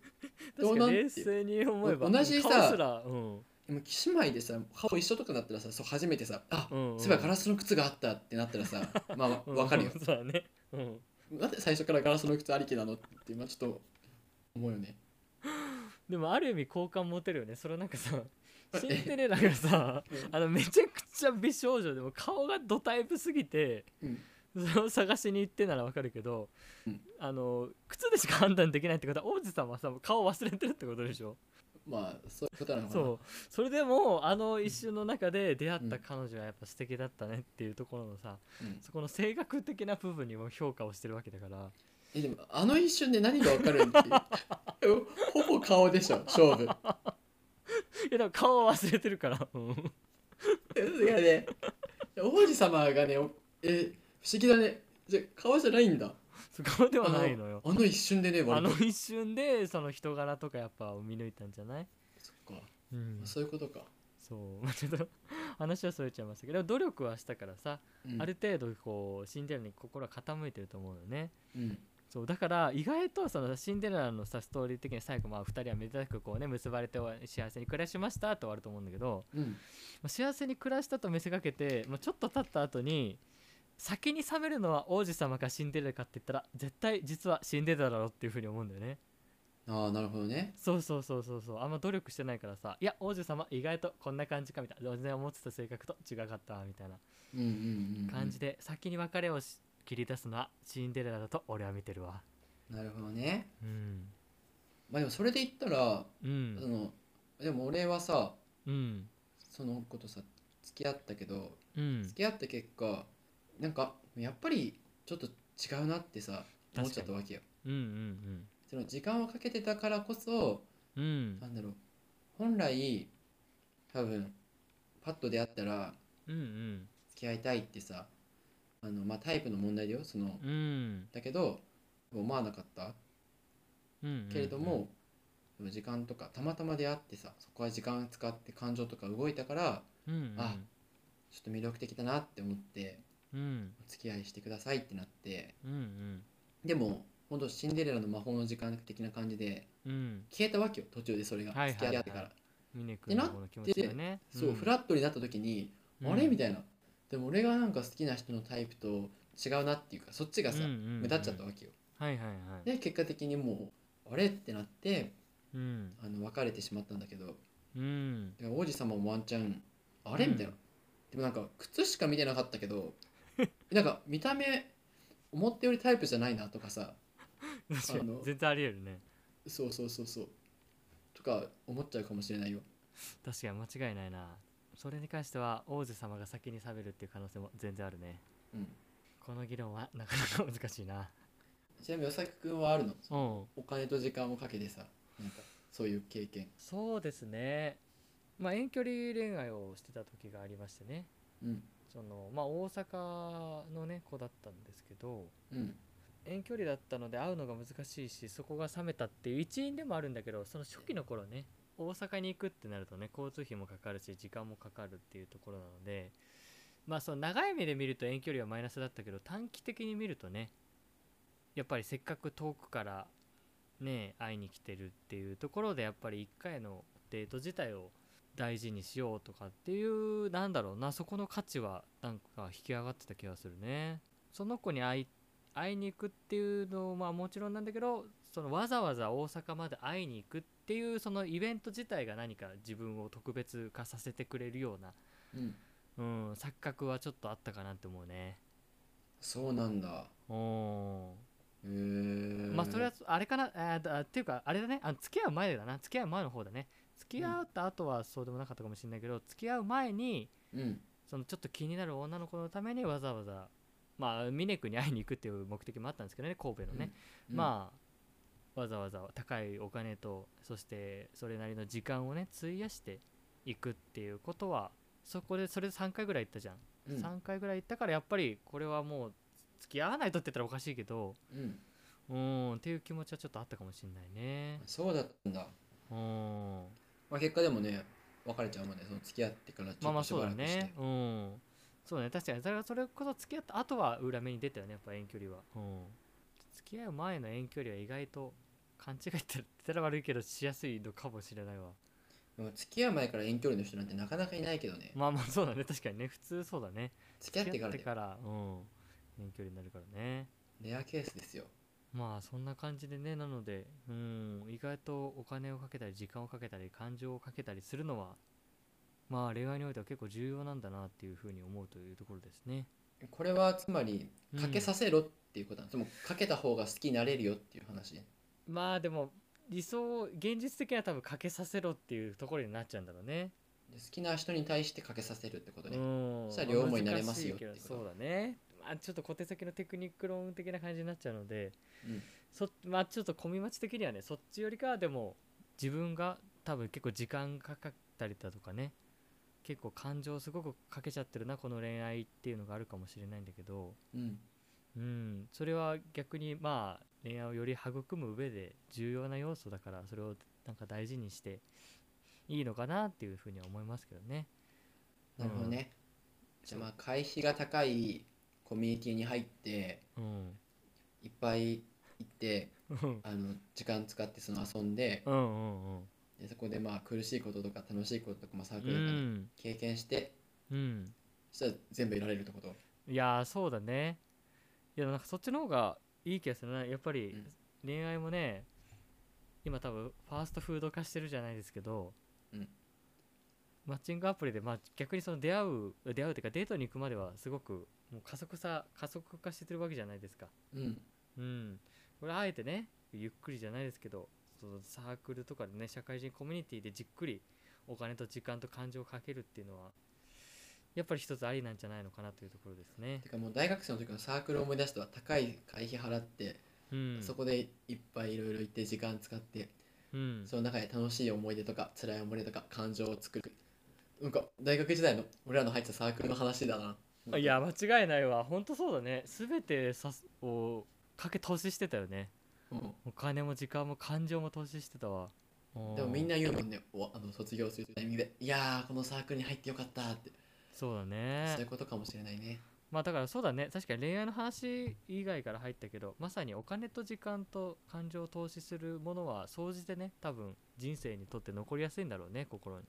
Speaker 2: ど
Speaker 1: 確
Speaker 2: う
Speaker 1: か
Speaker 2: な
Speaker 1: に
Speaker 2: んていう
Speaker 1: 冷静に思えば
Speaker 2: 同じさ
Speaker 1: 顔すらうん
Speaker 2: でも岸姉妹でさ顔一緒とかだったらさそう初めてさ「あ、
Speaker 1: うんうん
Speaker 2: そういえばガラスの靴があった」ってなったらさ
Speaker 1: <laughs>
Speaker 2: まあわわかるよ
Speaker 1: うんそうだねうん
Speaker 2: なんで最初からガラスの靴ありきなのって今ちょっと思うよね
Speaker 1: でもある意味好感持てるよねそれなんか
Speaker 2: <laughs>
Speaker 1: さシンデレラがさあのめちゃくちゃ美少女でも顔がドタイプすぎて
Speaker 2: うん
Speaker 1: それを探しに行ってならわかるけど、
Speaker 2: うん
Speaker 1: あの靴でしか判断できないってことは王子様はさ顔忘れてるってことでしょ
Speaker 2: まあそういうことなのかな
Speaker 1: そうそれでもあの一瞬の中で出会った彼女はやっぱ素敵だったねっていうところのさ
Speaker 2: うん
Speaker 1: そこの性格的な部分にも評価をしてるわけだから
Speaker 2: えでもあの一瞬で何がわかるんっていう <laughs> ほぼ顔でしょ勝負 <laughs>
Speaker 1: いやでも顔は忘れてるから <laughs> うん
Speaker 2: いやね王子様がねおえ不思議だねじゃ顔じゃないんだ
Speaker 1: そこではないのよ
Speaker 2: あのあの一瞬でね
Speaker 1: あ
Speaker 2: 割
Speaker 1: の
Speaker 2: と
Speaker 1: 一瞬でその人柄とかやっぱを見抜いたんじゃない、
Speaker 2: そっか
Speaker 1: うん
Speaker 2: そういうことか、
Speaker 1: そうまあちょっと話はそれちゃいましたけど努力はしたからさ、
Speaker 2: うん
Speaker 1: ある程度こうシンデレラに心は傾いてると思うよね
Speaker 2: うん
Speaker 1: そうだから意外とそのシンデレラのさストーリー的に最後まあ2人はめでたくこうね結ばれて幸せに暮らしましたって終わると思うんだけど、
Speaker 2: うん
Speaker 1: まあ幸せに暮らしたと見せかけて、まあ、ちょっと経った後に先に冷めるのは王子様かシンデレラかって言ったら絶対実はシンデレラだろっていうふうに思うんだよね
Speaker 2: ああなるほどね
Speaker 1: そうそうそうそうそうあんま努力してないからさいや王子様意外とこんな感じかみたいな全然思ってた性格と違かったみたいな
Speaker 2: うんうんうんうん
Speaker 1: 感じで、先に別れをし切り出すのはシンデレラだと俺は見てるわ
Speaker 2: なるほどね
Speaker 1: うん
Speaker 2: まあでもそれで言ったら、
Speaker 1: う
Speaker 2: そ
Speaker 1: ん
Speaker 2: のでも俺はさ
Speaker 1: うん
Speaker 2: その子とさ付き合ったけど
Speaker 1: うん
Speaker 2: 付き合った結果なんかやっぱりちょっと違うなってさ思っちゃったわけよ
Speaker 1: うんうん
Speaker 2: その時間をかけてたからこそ
Speaker 1: うんうん
Speaker 2: なんだろう本来多分パッと出会ったら
Speaker 1: うんうん
Speaker 2: 付き合いたいってさあのまあタイプの問題だよその
Speaker 1: うん
Speaker 2: だけど思わなかった
Speaker 1: うん
Speaker 2: けれども、でも時間とかたまたま出会ってさそこは時間使って感情とか動いたから
Speaker 1: うんうん
Speaker 2: あちょっと魅力的だなって思って
Speaker 1: うん
Speaker 2: お付き合いしてくださいってなって
Speaker 1: うんうん
Speaker 2: でもほんとシンデレラの魔法の時間的な感じで
Speaker 1: うん
Speaker 2: 消えたわけよ途中でそれが
Speaker 1: はいはい
Speaker 2: 付き合ってから、
Speaker 1: ミネ君の方の気持ちがね
Speaker 2: そう、フラットになった時に、あれみたいなでも俺がなんか好きな人のタイプと違うなっていうかそっちがさ、
Speaker 1: うんうんうん
Speaker 2: 目立っちゃったわけよ
Speaker 1: はいはいはい。
Speaker 2: で結果的にもうあれってなって
Speaker 1: うん。
Speaker 2: あの別れてしまったんだけど
Speaker 1: うん。
Speaker 2: で王子様もワンチャンあれ
Speaker 1: うん
Speaker 2: みたいな、でもなんか靴しか見てなかったけど <laughs> なんか見た目思ったよりタイプじゃないなとかさ
Speaker 1: 確か
Speaker 2: あ
Speaker 1: に
Speaker 2: の
Speaker 1: 全然ありえるね。
Speaker 2: そうそうそうそうとか思っちゃうかもしれないよ
Speaker 1: 確かに間違いないな。それに関しては王子様が先に喋るっていう可能性も全然あるね。
Speaker 2: うん
Speaker 1: この議論はなかなか難しいな。
Speaker 2: ちなみに与作君はあるの
Speaker 1: うん。
Speaker 2: お金と時間をかけてさなんかそういう経験
Speaker 1: そうですね。まあ遠距離恋愛をしてた時がありましてね。
Speaker 2: うん
Speaker 1: そのまあ大阪のね子だったんですけど
Speaker 2: うん
Speaker 1: 遠距離だったので会うのが難しいしそこが冷めたっていう一因でもあるんだけどその初期の頃ね大阪に行くってなるとね交通費もかかるし時間もかかるっていうところなのでまあその長い目で見ると遠距離はマイナスだったけど短期的に見るとねやっぱりせっかく遠くからね会いに来てるっていうところでやっぱり1回のデート自体を大事にしようとかっていうなんだろうなそこの価値はなんか引き上がってた気がするねその子に会い会いに行くっていうのもまあもちろんなんだけどそのわざわざ大阪まで会いに行くっていうそのイベント自体が何か自分を特別化させてくれるような、
Speaker 2: う
Speaker 1: う
Speaker 2: ん
Speaker 1: ん、錯覚はちょっとあったかなって思うね
Speaker 2: そうなんだ
Speaker 1: お
Speaker 2: へえ
Speaker 1: まあそれはあれかなあだっていうかあれだねあ付き合う前だな付き合う前の方だね付き合った後はそうでもなかったかもしれないけど、付き合う前に
Speaker 2: うん
Speaker 1: そのちょっと気になる女の子のためにわざわざまあ峰君に会いに行くっていう目的もあったんですけどね神戸のね、まあわざわざ高いお金とそしてそれなりの時間をね費やしていくっていうことはそこでそれで3回ぐらい行ったじゃん、
Speaker 2: うん
Speaker 1: 3回ぐらい行ったからやっぱりこれはもう付き合わないとって言ったらおかしいけど
Speaker 2: うん
Speaker 1: うーんっていう気持ちはちょっとあったかもしれないね
Speaker 2: そうだったんだ
Speaker 1: うーん
Speaker 2: まあ結果でもね別れちゃうもんねその付き合ってからちょっ
Speaker 1: まあま
Speaker 2: と
Speaker 1: あ
Speaker 2: し
Speaker 1: そう
Speaker 2: ば
Speaker 1: だ
Speaker 2: らくして、
Speaker 1: ねうんそうだね確かにそれはそれこそ付き合った後は裏目に出たよねやっぱ遠距離はうん付き合う前の遠距離は意外と勘違いって言ったら悪いけどしやすいのかもしれないわ
Speaker 2: でも付き合う前から遠距離の人なんてなかなかいないけどね
Speaker 1: まあまあそうだね確かにね普通そうだね
Speaker 2: 付き合ってから
Speaker 1: 付
Speaker 2: で
Speaker 1: き合うん遠距離になるからね
Speaker 2: レアケースですよ
Speaker 1: まあそんな感じでねなのでうん意外とお金をかけたり時間をかけたり感情をかけたりするのはまあ恋愛においては結構重要なんだなっていうふうに思うというところですね
Speaker 2: これはつまり
Speaker 1: うん
Speaker 2: かけさせろっていうことなんです、でもかけた方が好きになれるよっていう話
Speaker 1: まあでも理想現実的には多分かけさせろっていうところになっちゃうんだろうね
Speaker 2: で好きな人に対してかけさせるってことね、
Speaker 1: うん
Speaker 2: そしたら両思いになれますよっていう
Speaker 1: 難
Speaker 2: こ
Speaker 1: し
Speaker 2: と
Speaker 1: いけどそうだねまあちょっと小手先のテクニック論的な感じになっちゃうので
Speaker 2: うん
Speaker 1: そまあちょっと小見町的にはねそっちよりかはでも自分が多分結構時間かかったりだとかね結構感情すごくかけちゃってるなこの恋愛っていうのがあるかもしれないんだけど
Speaker 2: うん
Speaker 1: うんそれは逆にまあ恋愛をより育む上で重要な要素だからそれをなんか大事にしていいのかなっていうふうには思いますけどね
Speaker 2: なるほどね、じゃあまあ会費が高いコミュニティに入って
Speaker 1: うん
Speaker 2: いっぱい行って
Speaker 1: うん
Speaker 2: あの時間使ってその遊んで
Speaker 1: うんうんうん
Speaker 2: でそこでまあ苦しいこととか楽しいこととか、まあ、サーク
Speaker 1: う
Speaker 2: ルとか、ね
Speaker 1: ん
Speaker 2: 経験して
Speaker 1: うん
Speaker 2: そしたら全部得られるってこと
Speaker 1: いやーそうだねいやなんかそっちの方がいい気がするなやっぱり
Speaker 2: うん
Speaker 1: 恋愛もね今多分ファーストフード化してるじゃないですけど、
Speaker 2: うん
Speaker 1: マッチングアプリで、まあ、逆にその出会う出会うというかデートに行くまではすごくもう加速さ加速化してるわけじゃないですか
Speaker 2: うん
Speaker 1: うんこれあえてねゆっくりじゃないですけどそのサークルとかでね社会人コミュニティでじっくりお金と時間と感情をかけるっていうのはやっぱり一つありなんじゃないのかなというところですね
Speaker 2: てかもう大学生の時のサークルを思い出すと高い会費払って、
Speaker 1: うん、
Speaker 2: そこでいっぱいいろいろ行って時間使って、
Speaker 1: うん、
Speaker 2: その中で楽しい思い出とか辛い思い出とか感情を作るなんか大学時代の俺らの入ってたサークルの話だな
Speaker 1: や間違いないわ本当そうだね全てさすをかけ投資してたよね
Speaker 2: うん
Speaker 1: お金も時間も感情も投資してたわ
Speaker 2: でもみん
Speaker 1: な
Speaker 2: な言うもんねおあの卒業するタイミングで「いやーこのサークルに入ってよかった」って
Speaker 1: そうだ
Speaker 2: そうい
Speaker 1: ね
Speaker 2: うことかもしれないね
Speaker 1: まあだからそうだね確かに恋愛の話以外から入ったけどまさにお金と時間と感情を投資するものは総じてね多分人生にとって残りやすいんだろうね心に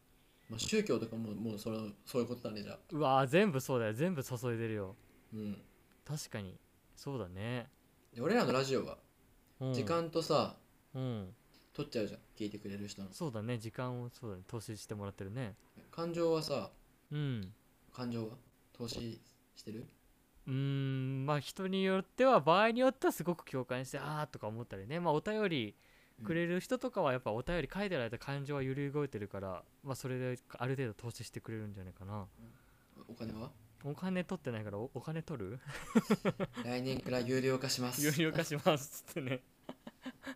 Speaker 2: まあ宗教とかももうそのそういうことだねじゃあ
Speaker 1: うわー全部そうだよ全部注いでるよ
Speaker 2: うん
Speaker 1: 確かにそうだね
Speaker 2: で俺らのラジオは
Speaker 1: うん
Speaker 2: 時間とさ
Speaker 1: うん
Speaker 2: 取っちゃうじゃん聞いてくれる人の
Speaker 1: そうだね時間をそうだね投資してもらってるね
Speaker 2: 感情はさ
Speaker 1: うん
Speaker 2: 感情は投資してる
Speaker 1: うーんまあ人によっては場合によってはすごく共感してああとか思ったりねまあお便りくれる人とかはやっぱお便り書いてる間感情は揺れ動いてるからまあそれである程度投資してくれるんじゃないかな
Speaker 2: お金は
Speaker 1: お金取ってないからおお金取る
Speaker 2: 来年から有料化します
Speaker 1: 有料化しますっつってね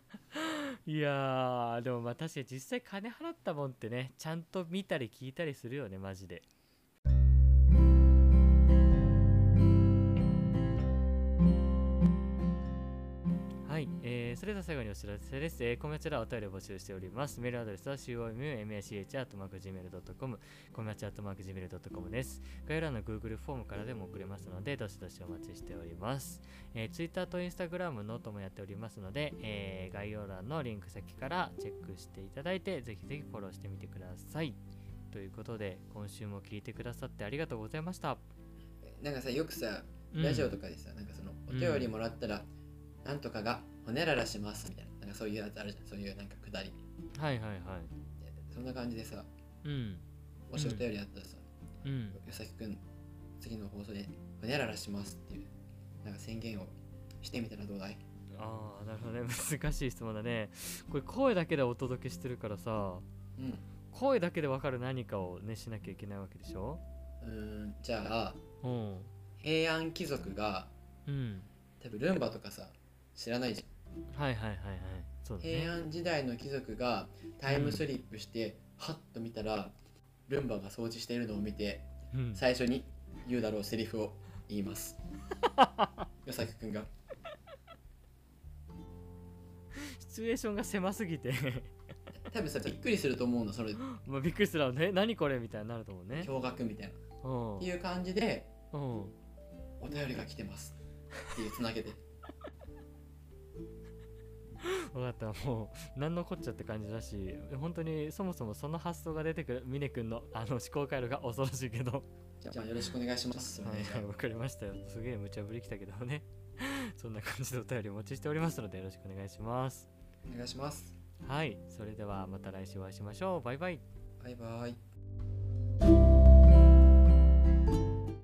Speaker 1: <laughs> いやーでもまあ確かに実際金払ったもんってねちゃんと見たり聞いたりするよねマジではい、えーそれでは最後にお知らせです。えー、コメチャではお便りを募集しております。メールアドレスは commumsh.gmail.com、コメチャ .gmail.com です。概要欄の Google フォームからでも送れますので、どしどしお待ちしております。えー、Twitter と Instagram、ノートもやっておりますので、えー概要欄のリンク先からチェックしていただいて、ぜひぜひフォローしてみてください。ということで、今週も聞いてくださってありがとうございました。
Speaker 2: なんかさよくさ
Speaker 1: うん
Speaker 2: ラジオとかでさ、なんかそのお便りもらったら、なんとかがほねららしますみたいななんかそういうやつあるじゃんそういうなんかくだり
Speaker 1: はいはいはい。
Speaker 2: そんな感じでさ
Speaker 1: うん。
Speaker 2: もしお便りあったらさ、
Speaker 1: うん。
Speaker 2: よさきくん次の放送でほねららしますっていうなんか宣言をしてみたらどうだい
Speaker 1: ああなるほどね難しい質問だねこれ声だけでお届けしてるからさ
Speaker 2: うん
Speaker 1: 声だけで分かる何かをねしなきゃいけないわけでしょ
Speaker 2: うーんじゃあ
Speaker 1: うん
Speaker 2: 平安貴族が
Speaker 1: うん
Speaker 2: 多分ルンバとかさ知らないじゃん
Speaker 1: はいはいはいはいそうだ
Speaker 2: 平
Speaker 1: ね
Speaker 2: 安時代の貴族がタイムスリップして、ハッと見たらルンバが掃除しているのを見て
Speaker 1: うん
Speaker 2: 最初に言うだろうセリフを言います
Speaker 1: <laughs>
Speaker 2: よさきくんが
Speaker 1: シチュエーションが狭すぎて
Speaker 2: 多分さびっくりすると思うのそれ
Speaker 1: まあびっくりするわね何これみたいになると思うね
Speaker 2: 驚愕みたいなっ
Speaker 1: うん
Speaker 2: ていう感じで
Speaker 1: うん
Speaker 2: お便りが来てますっていうつなげて
Speaker 1: 分かったもう何のこっちゃって感じだし本当にそもそもその発想が出てくる峰君のあの思考回路が恐ろしいけど
Speaker 2: じゃあじゃあよろしくお願いします、
Speaker 1: はいはい、わかりましたよ。すげえ無茶ぶりきたけどね。 <laughs> そんな感じでお便りお待ちしておりますのでよろしくお願いします。
Speaker 2: お願いします
Speaker 1: はい、それではまた来週お会いしましょう。バイバイ。
Speaker 2: バイバイ